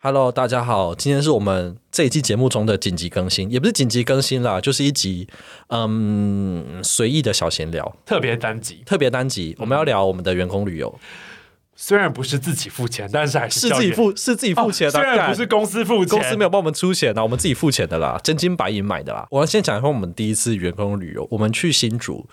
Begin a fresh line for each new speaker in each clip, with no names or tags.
Hello，大家好，今天是我们这一季节目中的紧急更新，也不是紧急更新啦，就是一集嗯随意的小闲聊，
特别单集，
特别单集，我们要聊我们的员工旅游，
嗯虽然不是自己付钱，但是还
是
交
自己
给
付是自己付钱的，
哦虽然
干
不是公司付钱，
公司没有帮我们出钱啊的、我们自己付钱的啦，真金白银买的啦。我要先讲一下我们第一次员工旅游，我们去新竹，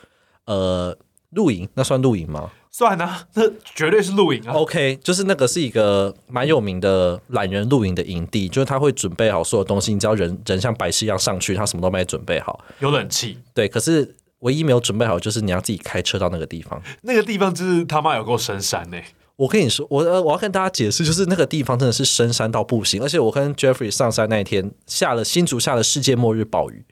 呃，露营，那算露营吗
算啊，那绝对是露营啊。
？OK，就是那个是一个蛮有名的懒人露营的营地，就是他会准备好所有东西，你只要人人像白痴一样上去，他什么都没准备好。
有冷气，
对，可是唯一没有准备好就是你要自己开车到那个地方。
那个地方就是他妈有够深山欸呢、
我跟你说，我呃我要跟大家解释，就是那个地方真的是深山到不行，而且我跟 Jeffrey 上山那一天下了新竹下了世界末日暴雨，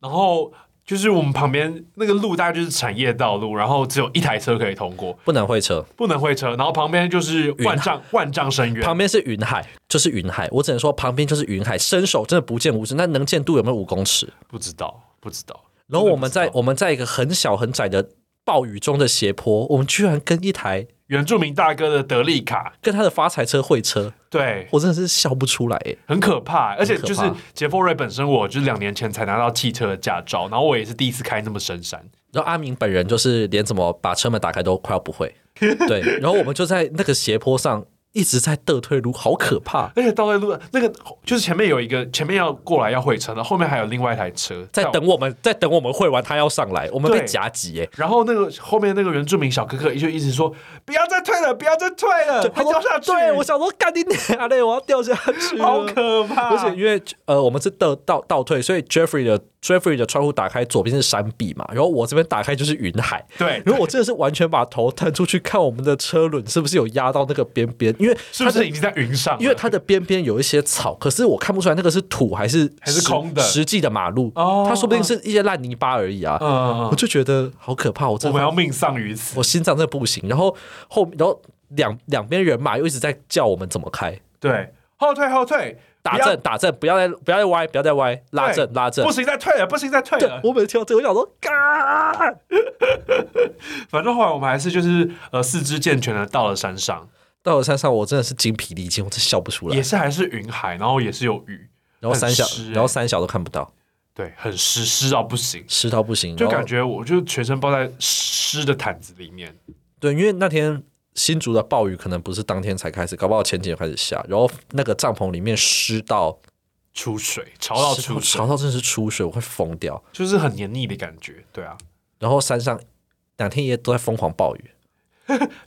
然后就是我们旁边那个路大概就是产业道路，然后只有一台车可以通过，
不能会车。
不能会车。然后旁边就是万丈万丈深渊，
啊旁边是云海，就是云海。我只能说旁边就是云海，伸手真的不见五指，那能见度有没有五公尺？
不知道不知道。
然后我们
真
在
的不知道
我们在一个很小很窄的暴雨中的斜坡，我们居然跟一台
原住民大哥的德利卡，
跟他的发财车会车，
对，
我真的是笑不出来耶。
很可怕、而且
很可
就是
怕
杰佛瑞本身，我就是两年前才拿到汽车的驾照，然后我也是第一次开那么深山。
然后阿明本人就是连怎么把车门打开都快要不会，对。然后我们就在那个斜坡上一直在倒退路，好可怕。
而且倒在路那个就是前面有一个前面要过来要会车的，后面还有另外一台车
在。等我们，在等我们会完，他要上来，我们被
对
夹击耶！
然后那个后面那个原住民小哥哥就一直说：“不要再退了，不要再退了，快
说
掉下去！”
对，我想说干你娘嘞，我要掉下去了，
好可怕。
而且因为呃，我们是倒倒倒退，所以 Jeffrey 的 Jeffrey 的窗户打开，左边是山壁嘛，然后我这边打开就是云海。
对，
然后我真的是完全把头探出去看我们的车轮是不是有压到那个边边，因为
是不是已经在云上了？
因为它的边边有一些草，可是我看不出来那个是土还是
还是
实
空的
实际的马路，
哦
它说不定是一些烂泥巴而已啊。
嗯，
我就觉得好可怕，我真
我
的
们要命丧于此。
我心脏真的不行。然后后然后两两边人马又一直在叫我们怎么开，
对，后退后退，
打
不要
正打正，不要再不要再歪，不要再歪，拉
对
正拉正
不。行再退了，不行再退
对
了，。
我每次听到这个，我想说，嘎！
反正后来我们还是就是呃四肢健全的到了山上，
到了山上，我真的是精疲力尽，我真笑不出来
也。是还是云海，然后也是有雨，
然后三小
很湿，欸
然后三小都看不到，
对，很湿湿到不行。
湿到不行。
就
然后
感觉我就全身包在湿的毯子里面，
对，因为那天新竹的暴雨可能不是当天才开始，搞不好前几天就开始下。然后那个帐篷里面湿到
出水，潮哦到出
湿
水，
潮到真的是出水，我会疯掉。
就是很黏腻的感觉，对啊，
然后山上两天一夜都在疯狂暴雨。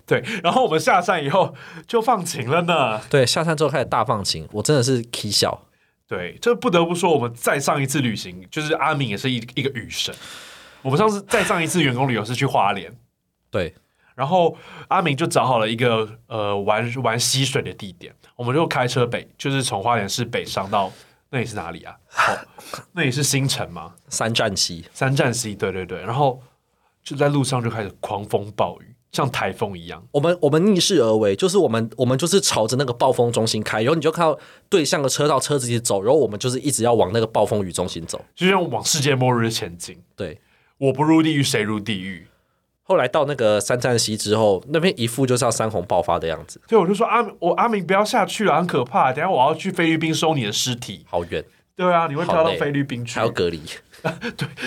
对。然后我们下山以后就放晴了呢，
对，下山之后开始大放晴，我真的是 k 笑。
对，这不得不说，我们再上一次旅行，就是阿敏也是一一个雨神。我们上次再上一次员工旅游是去花莲，
对，
然后阿明就找好了一个呃玩玩溪水的地点，我们就开车北，就是从花莲市北上到那里是哪里啊？哦，那里是新城吗？
三站西，
三站 C，对对对，然后就在路上就开始狂风暴雨，像台风一样。
我们我们逆势而为，就是我们我们就是朝着那个暴风中心开，然后你就看到对向的车道车子一直走，然后我们就是一直要往那个暴风雨中心走。
就像往世界末日前进。
对，
我不入地狱，谁入地狱？
后来到那个三站西之后，那边一副就是要山洪爆发的样子，
对，我就说阿明我阿明不要下去了，很可怕。啊等一下我要去菲律宾收你的尸体。
好远，
对啊，你会飘
好
到
累
菲律宾去
还，要隔离。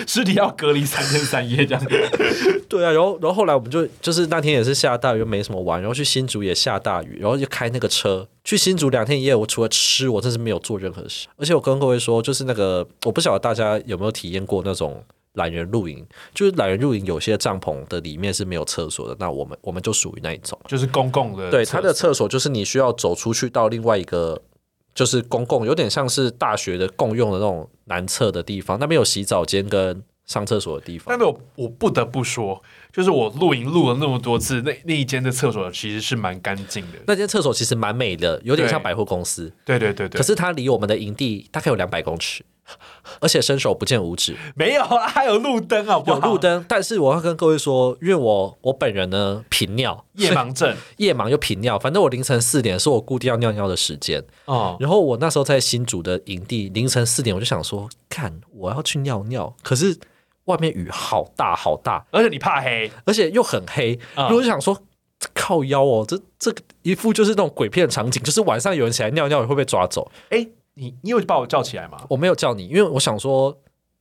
尸体要隔离三天三夜这样。
对啊，然后然后后来我们就就是那天也是下大雨，没什么玩，然后去新竹也下大雨，然后就开那个车去新竹两天一夜，我除了吃，我真是没有做任何事。而且我跟各位说，就是那个我不晓得大家有没有体验过那种懒人露营，就是懒人露营有些帐篷的里面是没有厕所的，那我们我们就属于那一种。
就是公共的，
对，它的厕所就是你需要走出去到另外一个，就是公共，有点像是大学的共用的那种男厕的地方，那边有洗澡间跟上厕所的地方
但。是我我不得不说，就是我露营录了那么多次，那那一间的厕所其实是蛮干净的。
那间厕所其实蛮美的，有点像
对
百货公司，
对对对对
可，是它离我们的营地大概有两百公尺，而且伸手不见五指，
没有啊，还有路灯啊，
有路，灯。但是我要跟各位说，因为我我本人呢频尿，
夜盲症。
夜盲又频尿，反正我凌晨四点是我固定要尿尿的时间。
哦，
然后我那时候在新竹的营地，凌晨四点我就想说，看我要去尿尿，可是外面雨好大好大，
而且你怕黑，
而且又很黑，
嗯
然后我就想说，靠腰哦，这这个一副就是那种鬼片场景，就是晚上有人起来尿尿，你会被抓走。
哎，你你有把我叫起来吗？
我没有叫你，因为我想说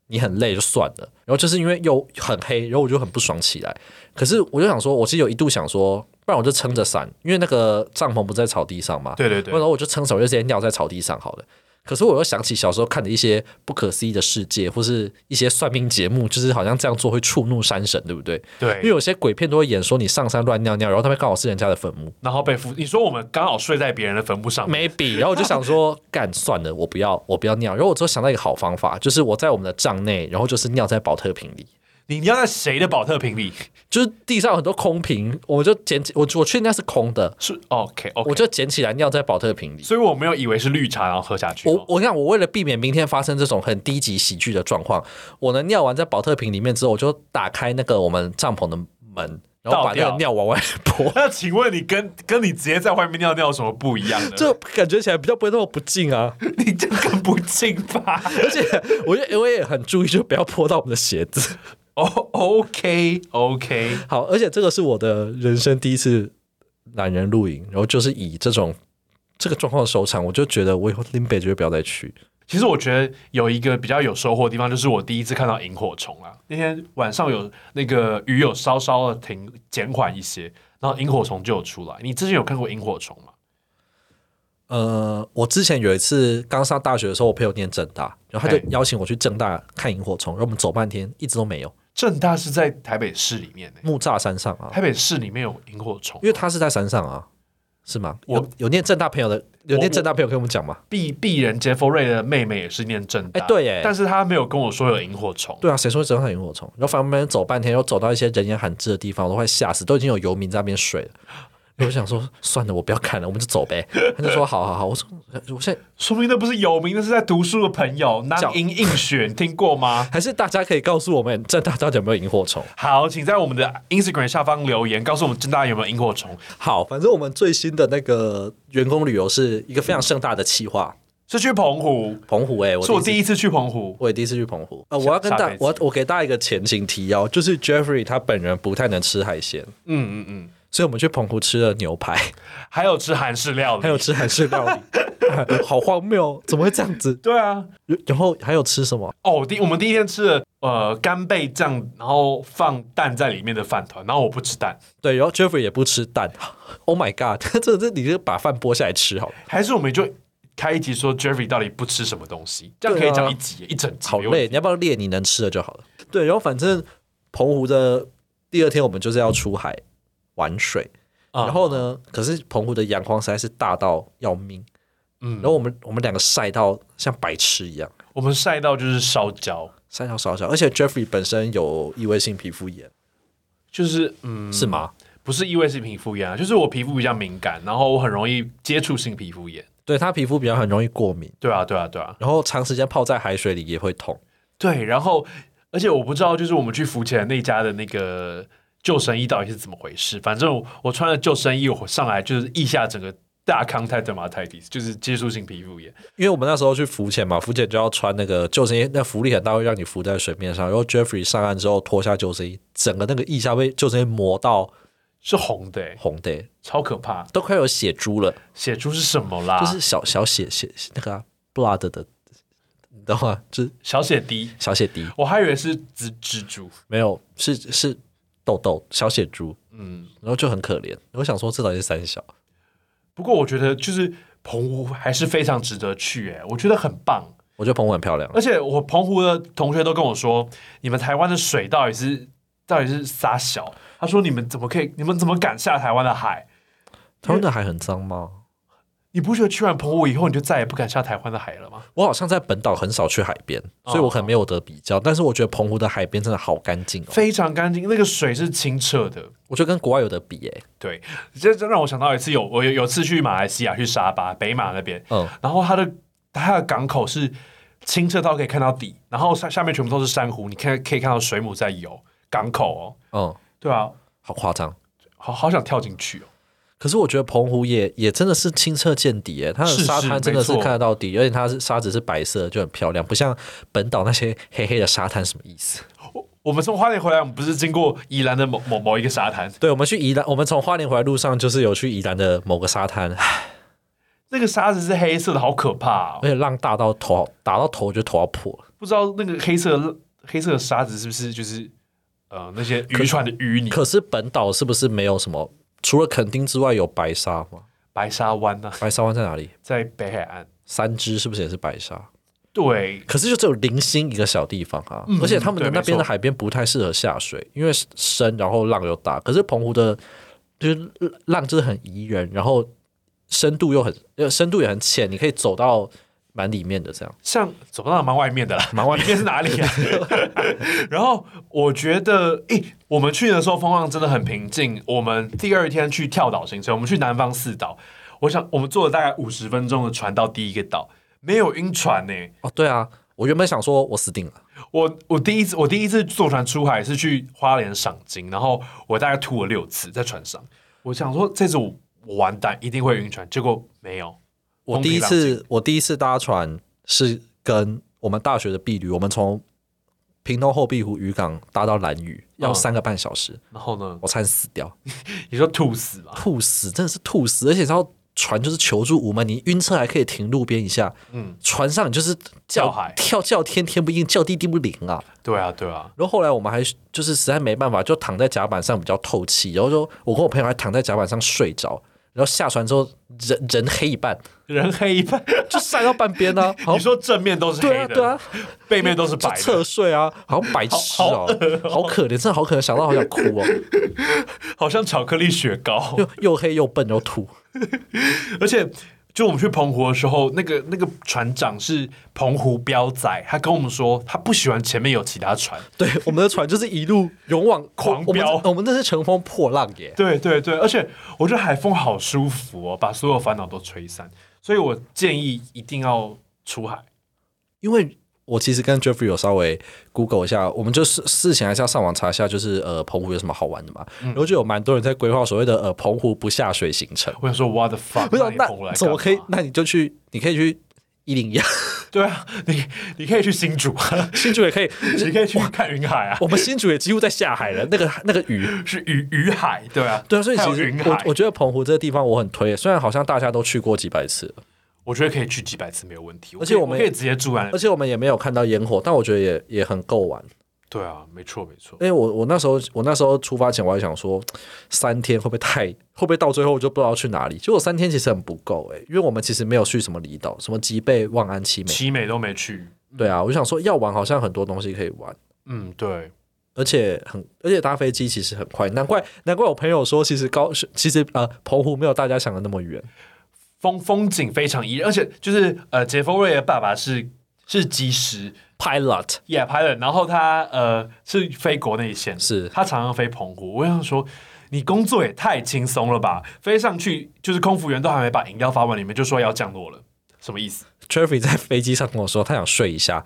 你很累就算了。然后就是因为又很黑，然后我就很不爽起来。可是我就想说，我其实有一度想说，不然我就撑着伞，因为那个帐篷不在草地上嘛。
对对
然
对，
后我就撑手就直接尿在草地上好了。可是我又想起小时候看的一些不可思议的世界，或是一些算命节目，就是好像这样做会触怒山神，对不对？因为
对，
有些鬼片都会演说你上山乱尿尿，然后他们刚好是人家的坟墓
然后被俘。你说我们刚好睡在别人的坟墓上面，
，maybe。然后我就想说， 干算了，我不要，我不要尿。然后我之后想到一个好方法，就是我在我们的帐内，然后就是尿在保特瓶里。
你你要在谁的保特瓶里？
就是地上有很多空瓶，我就捡起，我我确定那是空的，
是 OK
我
OK，
就捡起来尿在保特瓶里。
所以我没有以为是绿茶，然后喝下去
我
哦。
我跟你讲，我为了避免明天发生这种很低级喜剧的状况，我呢尿完在保特瓶里面之后，我就打开那个我们帐篷的门，然后把那
倒
个
掉
尿往外泼，
那请问你跟跟你直接在外面尿尿有什么不一样呢？
就感觉起来比较不会那么不敬啊。
你这更不敬吧？
而且我就我也很注意，就不要泼到我们的鞋子。
哦，OK，OK、o k OK，
好，而且这个是我的人生第一次懒人露营，然后就是以这种这个状况收场，我就觉得我以后林北绝对不要再去。
其实我觉得有一个比较有收获的地方，就是我第一次看到萤火虫啊。那天晚上有那个雨有稍稍的停减缓一些，然后萤火虫就有出来。你之前有看过萤火虫吗？
呃，我之前有一次刚上大学的时候，我朋友念正大，然后他就
嘿
邀请我去正大看萤火虫，然后我们走半天，一直都没有。
正大是在台北市里面呢、
木栅山上啊，
台北市里面有萤火虫
因，为他是在山上啊，是吗？
我
有有念正大朋友的，有念正大朋友跟我们讲吗？
鄙鄙人杰佛瑞的妹妹也是念正大，
哎对耶
但是她没有跟我说有萤火虫。
对啊，谁说会整场萤火虫？然后反正边走半天，又走到一些人烟罕至的地方，我都快吓死，都已经有游民在那边睡了。我就想说，算了，我不要看了，我们就走呗。他就说，好好好。我说，我现在
说明那不是有名，那是在读书的朋友南
叫
瀛映雪，你听过吗？
还是大家可以告诉我们，正大到底有没有萤火虫？
好，请在我们的 Instagram 下方留言，告诉我们正大有没有萤火虫，
好，反正我们最新的那个员工旅游是一个非常盛大的企划，
是去澎湖。
澎湖哎、我
是我
第一
第
次
一次去澎湖，
我也第一次去澎湖。呃，我要跟
下
大
辈子
我我给大家一个前情提要，就是 Jeffrey 他本人不太能吃海鲜，
嗯嗯嗯，
所以我们去澎湖吃了牛排，
还有吃韩式料理，
还有吃韩式料理，哎 好荒谬哦，怎么会这样子？
对啊，
然后还有吃什么？
哦，第我们第一天吃了呃干贝酱，然后放蛋在里面的饭团，然后我不吃蛋，
对，然后 Jeffrey 也不吃蛋。Oh my god！这 这你就把饭剥下来吃好了，
还是我们就开一集说 Jerry 到底不吃什么东西，这样可
对啊
以讲一集、一整集，
好累。你要不要列你能吃的就好了？对，然后反正澎湖的第二天我们就是要出海玩水，
啊
然后呢，可是澎湖的阳光实在是大到要命，
嗯
然后我们我们两个晒到像白痴一样，
我们晒到就是烧焦，
晒到烧焦，而且 Jeffrey 本身有异位性皮肤炎，
就是嗯，
是吗？
不是异位性皮肤炎啊，就是我皮肤比较敏感，然后我很容易接触性皮肤炎。
对他皮肤比较很容易过敏，
对啊，对啊，对啊，
然后长时间泡在海水里也会痛。
对。然后，而且我不知道，就是我们去浮潜那家的那个救生衣到底是怎么回事。反正我我穿了救生衣，我上来就是腋下整个大 contact dermatitis，就是接触性皮肤炎。
因为我们那时候去浮潜嘛，浮潜就要穿那个救生衣，那浮力很大，会让你浮在水面上。然后 Jeffrey 上岸之后脱下救生衣，整个那个腋下被救生衣磨到
是红的欸、
红的欸，
超可怕！
都快有血珠了，
血珠是什么啦？
就是小小血血那个啊、blood 的，你懂吗？就是
小血滴，
小血滴，
我还以为是蜘蜘蛛。
没有，是是痘痘小血珠，
嗯，
然后就很可怜。我想说，这到底是三小？
不过我觉得就是澎湖还是非常值得去、欸，我觉得很棒。
我觉得澎湖很漂亮，
而且我澎湖的同学都跟我说，你们台湾的水到底是到底是撒小？他说你们怎么可以，你们怎么敢下台湾的海？
台湾的海很脏吗？
你不觉得去完澎湖以后，你就再也不敢下台湾的海了吗？
我好像在本岛很少去海边，所以我可能没有得比较。但是我觉得澎湖的海边真的好干净哦，
非常干净，那个水是清澈的。
我觉得跟国外有得比耶、
对，这这让我想到一次有我有有次去马来西亚去沙巴北马那边，
嗯，
然后它的它的港口是清澈到可以看到底，然后下下面全部都是珊瑚，你看可以看到水母在游港口哦。
嗯，
对啊，
好夸张。
好好想跳进去哦。
可是我觉得澎湖也也真的是清澈见底耶，它的
是是
沙滩真的是
没错
看得到底，而且它是沙子是白色的，就很漂亮，不像本岛那些黑黑的沙滩什么意思？
我我们从花莲回来，我们不是经过宜兰的某某某一个沙滩，
对，我们去宜兰，我们从花莲回来路上就是有去宜兰的某个沙 滩，
那个沙子是黑色的，好可怕、哦！
而且哎浪大到头打到头，我觉得头要破了。
不知道那个黑色黑色的沙子是不是就是呃那些渔船的淤泥，
可是本岛是不是没有什么？除了垦丁之外，有白沙吗？
白沙湾呢、啊，
白沙湾在哪里？
在北海岸。
三支是不是也是白沙？
对，
可是就只有零星一个小地方啊，
嗯
而且他们的
对
那边
没
的
错
海边不太适合下水，因为深，然后浪又大。可是澎湖的，就是浪就是很宜人，然后深度又很，呃，深度也很浅，你可以走到蛮里面的这样。
像走到蛮外面的啦，
蛮外
面是 哪里啊？然后我觉得，诶、我们去的时候风浪真的很平静。我们第二天去跳岛行程，我们去南方四岛，我想我们坐了大概五十分钟的船到第一个岛，没有晕船呢、
哦，对啊，我原本想说我死定了，
我我第一次我第一次坐船出海是去花莲赏金，然后我大概吐了六次在船上。我想说这次我我完蛋，一定会晕船，结果没有。
我
风平
第一
浪
次我第一次搭船是跟我们大学的碧旅，我们从屏东后壁湖渔港搭到兰屿，要
嗯
三个半小时，
然后呢，
我差点死掉。
你说吐死嘛？
吐死，真的是吐死，而且然后船就是求助无门，你晕车还可以停路边一下，
嗯，
船上你就是
叫海
跳叫天天不应，叫地地不灵啊。
对啊，对啊，
然后后来我们还就是实在没办法，就躺在甲板上比较透气，然后就我跟我朋友还躺在甲板上睡着，然后下船之后人人黑一半，
人黑一半。
就晒到半边啊，好
你说正面都是黑
对
的，
啊对啊，
背面都是白
就侧
的，
睡啊，好像白痴哦，好可怜，真的好可怜，想到好想哭 哦，
好像巧克力雪糕。
又又黑又笨又吐，
而且，就我们去澎湖的时候，那个那个船长是澎湖标仔，他跟我们说他不喜欢前面有其他船。
对，我们的船就是一路勇往
狂
我们
飙
我们那是乘风破浪耶。
对对对，而且我觉得海风好舒服哦，把所有烦恼都吹散。所以我建议一定要出海。
因为我其实跟 Jeffrey 有稍微 Google 一下，我们就是事前还是要上网查一下，就是呃澎湖有什么好玩的嘛。
嗯
然后就有蛮多人在规划所谓的呃澎湖不下水行程。
我想说，what the fuck？
不是
你
那
澎湖来
怎么
干
可以
嘛？
那你就去，你可以去一零一，
对啊，你你可以去新竹，啊
新竹也可以。
你可以去看云海啊，
我们新竹也几乎在下海了，那个那个雨。
是雨雨海，对啊，
对啊，所以
还有
其实
云
我
海
我觉得澎湖这个地方我很推，虽然好像大家都去过几百次了，
我觉得可以去几百次没有问题，
而且
可以
我
我
们
可以直接住在那
而。且我们也没有看到烟火，但我觉得也也很够玩。
对啊，没错没错。
因为我我那时候我那时候出发前我还想说三天会不会太会不会到最后我就不知道去哪里？结果三天其实很不够诶、因为我们其实没有去什么离岛，什么吉贝、望安、七美，
七美都没去，
对啊，我就想说要玩好像很多东西可以玩，
嗯，对，
而且很而且搭飞机其实很快，难怪难怪我朋友说其实高其实呃澎湖没有大家想的那么远，
风风景非常宜人，而且就是呃，杰弗瑞的爸爸是是机师。
pilot
也拍了，然后他呃是飞国内线，
是
他常常飞澎湖。我想说，你工作也太轻松了吧？飞上去就是空服员都还没把饮料发完，你们就说要降落了，什么意思？
Trevy 在飞机上跟我说他想睡一下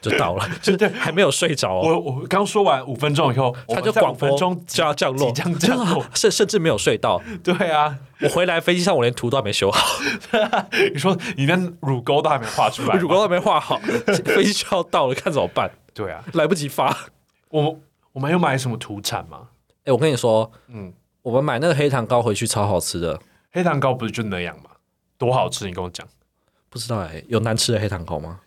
就到 了，就是还没有睡着、哦。
我我刚说完五分钟以后，我
他
们
就
在
广
五分
播
钟
就要降落，
即将降落。
甚甚至没有睡到，
对啊，
我回来飞机上，我连图都还没修好，
你说你连乳沟都还没画出来吗，
乳沟都还没画好， 飞机就要到了，看怎么办，
对啊，
来不及发。
我们我们有买什么土产吗？
哎、我跟你说，
嗯，
我们买那个黑糖糕回去超好吃的，
黑糖糕不是就那样吗？多好吃！你跟我讲，
不知道哎、有难吃的黑糖糕吗？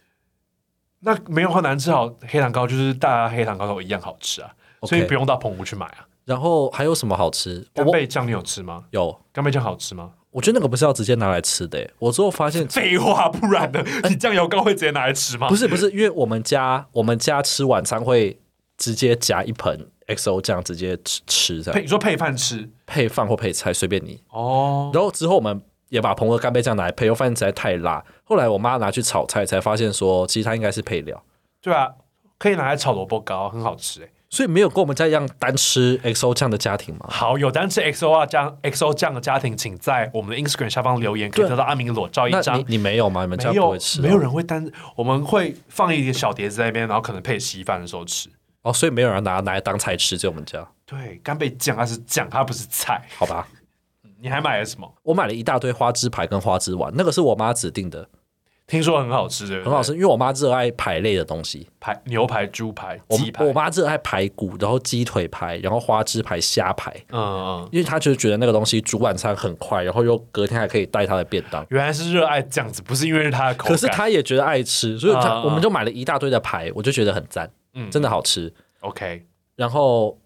那没有很难吃好黑糖糕，就是大家黑糖糕都一样好吃啊
OK
所以不用到澎湖去买啊。
然后还有什么好吃？
干
我
贝酱你有吃吗？
有，
干贝酱好吃吗？
我觉得那个不是要直接拿来吃的、欸，我之后发现。
废话，不 然呢？你酱油膏会直接拿来吃吗？
不是不是，因为我们家我们家吃晚餐会直接夹一盆 XO 酱直接吃吃这
配
样，
你说配饭吃
配饭或配菜随便你。
哦，
然后之后我们也把澎河干贝酱拿来配，我发现实在太辣。后来我妈拿去炒菜，才发现说其实它应该是配料，
对啊，可以拿来炒萝卜糕，很好吃哎。
所以没有跟我们家一样单吃 XO 酱的家庭嘛。
好，有单吃啊 XO 酱 XO 酱的家庭，请在我们的 Instagram 下方留言，可以
对啊
得到阿明的裸照一
那
张
你。你没有吗？你们家
没
不
有
会吃、哦？
没有人会单，我们会放一点小碟子在那边，然后可能配稀饭的时候吃。
哦，所以没有人拿拿来当菜吃，只有我们家，
对，干贝酱它是酱，它不是菜。
好吧？
你还买了什么？
我买了一大堆花枝排跟花枝丸，那个是我妈指定的，
听说很好吃，对不对
很好吃，因为我妈热爱排类的东西，
排牛排、猪排、
我
鸡排，
我妈热爱排骨，然后鸡腿排，然后花枝排、虾排，
嗯嗯，
因为她就是觉得那个东西煮晚餐很快，然后又隔天还可以带她的便当。
原来是热爱这样子，不是因为是它的口感。
可是她也觉得爱吃，所以她
啊
我们就买了一大堆的排，我就觉得很赞，
嗯
真的好吃。
OK，
然后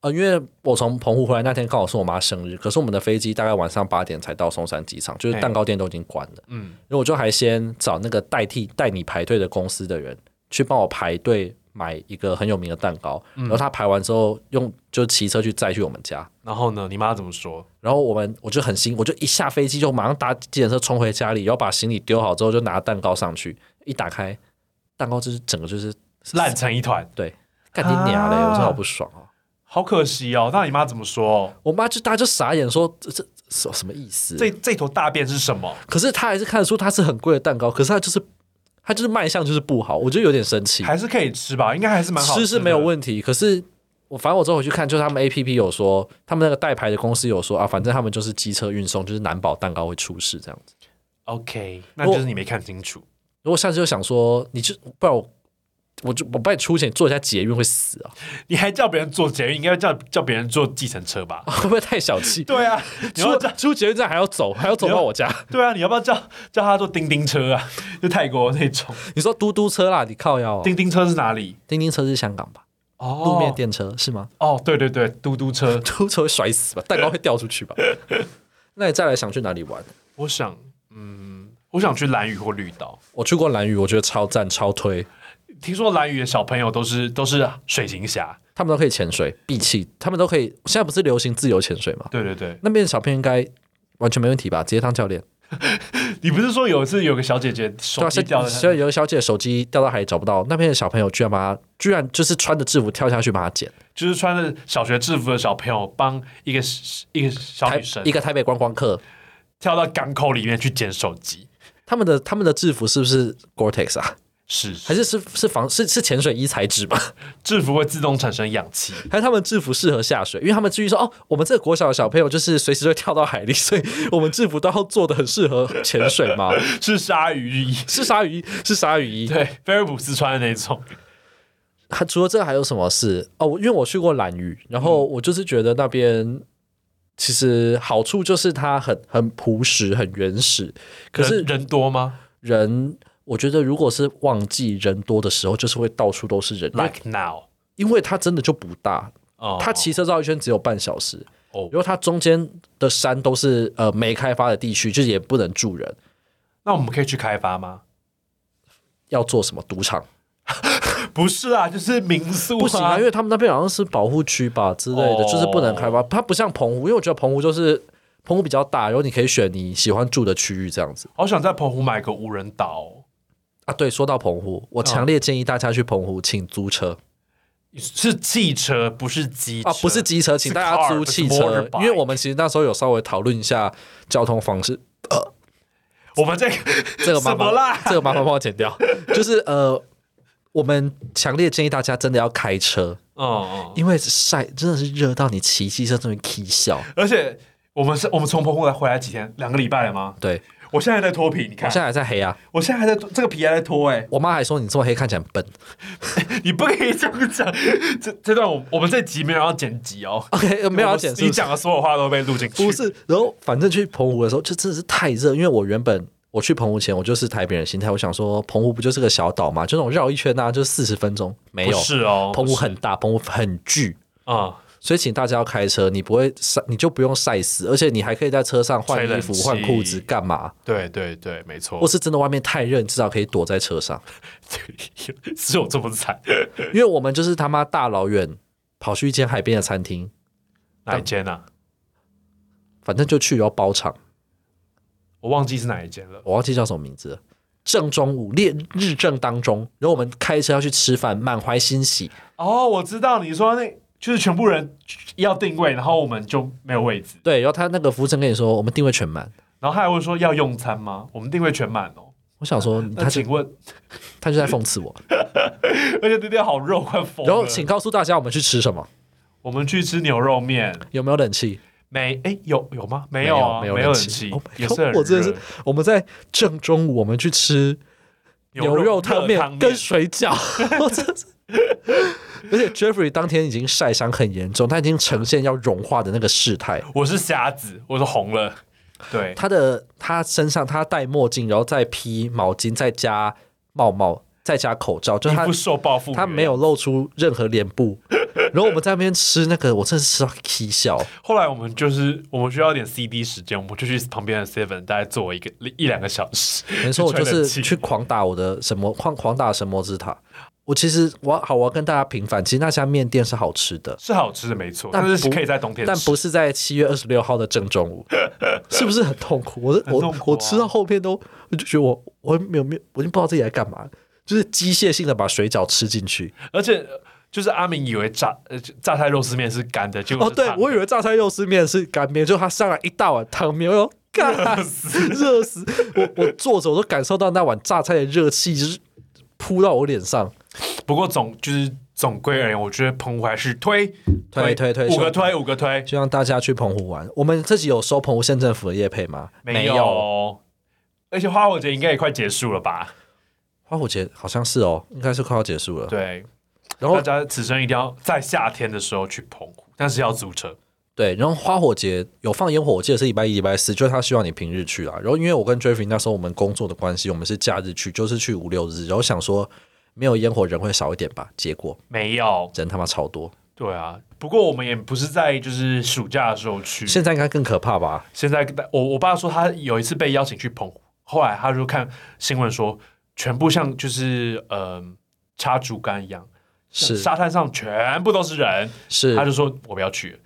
呃，因为我从澎湖回来那天刚好是我妈生日，可是我们的飞机大概晚上八点才到松山机场，就是
嘿
蛋糕店都已经关了。
嗯
然后我就还先找那个代替带你排队的公司的人去帮我排队买一个很有名的蛋糕，然后他排完之后用就骑车去载去我们家。
然后呢？你妈怎么说？
然后我们我就很新，我就一下飞机就马上搭计程车冲回家里，然后把行李丢好之后就拿蛋糕上去，一打开蛋糕就是整个就是
烂成一团，
对，干你娘嘞！
啊
我真的好不爽哦、
好可惜哦。那你妈怎么说？
我妈就大家就傻眼说这这什什么意思？
这这坨大便是什么？
可是她还是看得出它是很贵的蛋糕，可是她就是她就是卖相就是不好，我就有点生气。
还是可以吃吧，应该还是蛮好嗯
吃
的
是没有问题，可是我反正我之后回去看，就是他们 A P P 有说，他们那个代牌的公司有说啊，反正他们就是机车运送，就是难保蛋糕会出事这样子。
OK，那就是你没看清楚。
如果下次就想说，你就不然我我就我帮你出钱做一下捷运会死啊，
你还叫别人坐捷运，应该叫叫别人坐计程 车吧？
会不会太小气？
对啊， 你要
出
不要叫
出捷运站还要走，还要走
你要
到我家。
对啊，你要不要叫叫他坐叮叮车啊？就泰国那种
你说嘟嘟车啦，你靠腰、哦，
叮叮车是哪里？
叮叮车是香港吧？
哦，
路面电车是吗？
哦，对对对，嘟嘟车。
嘟嘟车会摔死吧？蛋糕会掉出去吧？ 那你再来想去哪里玩？
我想，嗯，我想去蓝屿或绿岛。
我去过蓝屿，我觉得超赞，超推。
听说蓝屿的小朋友都是都是水行侠，
他们都可以潜水、闭气，他们都可以。现在不是流行自由潜水吗？
对对对。
那边的小朋友应该完全没问题吧？直接当教练，
你不是说有一次有个小姐姐
对
手
啊，
机掉
像
了？
所以有小姐手机掉到海里找不到，那边的小朋友居然把她，居然就是穿着制服跳下去把它捡。
就是穿着小学制服的小朋友帮一个一个小
台
女生
一个台北观光客，
跳到港口里面去捡手机，
他们的他们的制服是不是 Gore-Tex 啊？
是
还是是是防是是潜水衣材质吧？
制服会自动产生氧 气，
还是他们制服适合下水？因为他们至于说哦，我们这个国小的小朋友就是随时会跳到海里，所以我们制服都要做的很适合潜水吗？
是鲨鱼衣，
是鲨鱼衣，是鲨鱼衣。
对，菲尔普斯穿的那种。
还除了这个还有什么事？哦，我因为我去过兰屿，然
嗯
后我就是觉得那边其实好处就是它很很朴实、很原始。可是
人人多吗
人，我觉得如果是旺季人多的时候，就是会到处都是人，因为
？Like now，
因为它真的就不大，
哦，
它骑车绕一圈只有半小时。
哦
因为它中间的山都是呃没开发的地区，就是也不能住人。
那我们可以去开发吗？
要做什么赌场？
不是啊，就是民宿、啊，
不行啊，因为他们那边好像是保护区吧之类的，
哦
就是不能开发。它不像澎湖，因为我觉得澎湖就是澎湖比较大，然后你可以选你喜欢住的区域这样子
好想在澎湖买个无人岛哦、
啊。对，说到澎湖，我强烈建议大家去澎湖，请租车
是汽车，不是机车
啊，不是机车，请大家
哦 car，
租汽
不是
车
motorbike，
因为我们其实那时候有稍微讨论一下交通方式。
我们这个
这个麻
什么啦
烦，这个麻烦帮我剪 掉。就是呃，我们强烈建议大家真的要开车，
嗯嗯，
因为晒真的是热到你骑机车真的气笑。
而且我们是我们从澎湖来回来几天，两个礼拜了吗？
对
我现在还在脱皮，你
我
看
现，在还在黑啊，
我现在还在脱这个皮还在脱哎、
我妈还说你这么黑看起来很笨。
你不可以这样讲。这这段我我们这集没有要剪辑哦，
OK，没有呃要剪
你
是
讲的所有话都被录进去。
不是？然后反正去澎湖的时候，就真的是太热，因为我原本。我去澎湖前，我就是台北人的心态，我想说澎湖不就是个小岛嘛，就那种绕一圈啊，就四十分钟，没
不
有。
是哦，
澎湖很大，澎湖很巨，
啊、
所以请大家要开车，你不会晒，你就不用晒死，而且你还可以在车上换
吹冷
衣服、
气
换裤子，干嘛？
对对对，没错
或，是真的外面太热，你至少可以躲在车上，
是有这么惨？
因为我们就是他妈大老远跑去一间海边的餐厅，
哪一间啊？
反正就去然后包场，
我忘记是哪一间了。
我忘记叫什么名字了。正中午烈日正当中，然后我们开车要去吃饭，满怀欣喜。
哦，我知道你说那就是全部人要定位，然后我们就没有位置，
对，然后他那个服务生跟你说我们定位全满，
然后他还问说要用餐吗？我们定位全满哦。
我想说你
那
嗯他就
请问，
他就在讽刺我。
而且那天好热，快疯了。
然后请告诉大家我们去吃什么，
我们去吃牛肉面，
有没有冷气？
没哎有有吗？没
有
啊，
没
没
有冷
冷
气 Oh my
也
God，
是很
我真的是
热
我们在正中午我们去吃牛肉汤
面
面跟水 饺，我真是。而且 Jeffrey 当天已经晒伤很严重，他已经呈现要融化的那个事态。
我是瞎子，我是红了。对，
他的他身上他戴墨镜，然后再披毛巾，再加帽帽，再加口罩，就
你
他
不受报复，
他没有。露出任何脸部。然后我们在那边吃那个，我真的是吃到气 笑。
后来我们就是我们需要一点 CD 时间，我们就去旁边的 Seven 大概坐一个一两个小时。
没错，我就
吹冷
是
气
去狂打我的什么狂狂打神魔之塔。我其实我好，我要跟大家平反，其实那家面店是好吃的，
是好吃的没错，
但
但是
不
可以在冬天吃。
但不是在七月二十六号的正中 午，是不是很痛苦？我
很
我、
痛苦啊
我吃到后面都我就觉得我我没有没有，我已经不知道自己在干嘛，就是机械性的把水饺吃进去。
而且呃就是阿明以为榨呃榨菜肉丝面是干的，结果
哦，
是
对
烫，的
我以为榨菜肉丝面是干面，就它上来一大碗汤面，我有干死，热死！我我坐着我都感受到那碗榨菜的热气，就是扑到我脸上。
不过总就是总归而言，我觉得澎湖还是推
推推推
五个推五个推，
就让大家去澎湖玩。我们自己有收澎湖县政府的业配吗？
没有。而且花火节应该也快结束了吧？
花火节好像是哦，应该是快要结束了。
对，
然后
大家此生一定要在夏天的时候去澎湖，但是要租车。
对，然后花火节有放烟火，我记得是礼拜一、礼拜四，就是他希望你平日去啦。啊然后因为我跟 Jeffrey 那时候我们工作的关系，我们是假日去，就是去五六日，然后想说没有烟火人会少一点吧，结果
没有，
人他妈超多。
对啊。不过我们也不是在就是暑假的时候去，
现在应该更可怕吧？
现在我我爸说他有一次被邀请去澎湖，后来他就看新闻说，全部像就是嗯、呃、插竹竿一样，
是
沙滩上全部都是人，
是
他，就说我不要去了。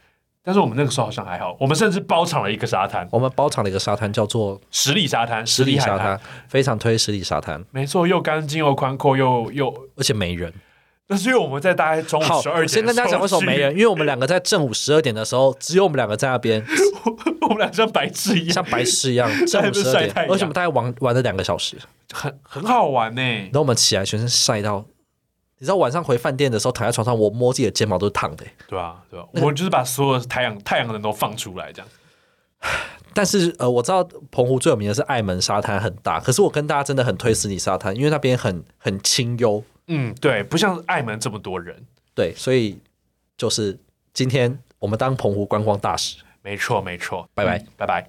但是我们那个时候好像还好，我们甚至包场了一个沙滩，
我们包场的一个沙滩叫做
十里沙滩，
十里
海
沙滩，非常推十里沙滩，
没错，又干净又宽阔又又，
而且没人。
那是因为我们在大概中午
好，
十二
我
点，
先跟大家讲为什么没人，，因为我们两个在正午十二点的时候，只有我们两个在那边
我们俩像白痴一样，
像白痴一样，正午
在那边
十二
晒
点
太，阳
而且我们大概玩玩了两个小时，
很很好玩呢、
然后我们起来全身晒到，你知道晚上回饭店的时候躺在床上，我摸自己的肩膀都是烫的、
对吧、啊？对吧、我们就是把所有太阳太阳能都放出来，这样
但是呃，我知道澎湖最有名的是爱门沙滩很大，可是我跟大家真的很推死你沙滩，因为那边很很清幽，
嗯，对，不像爱门这么多人，
对，所以就是今天我们当澎湖观光大使。
没错，没错，
拜拜
嗯拜拜。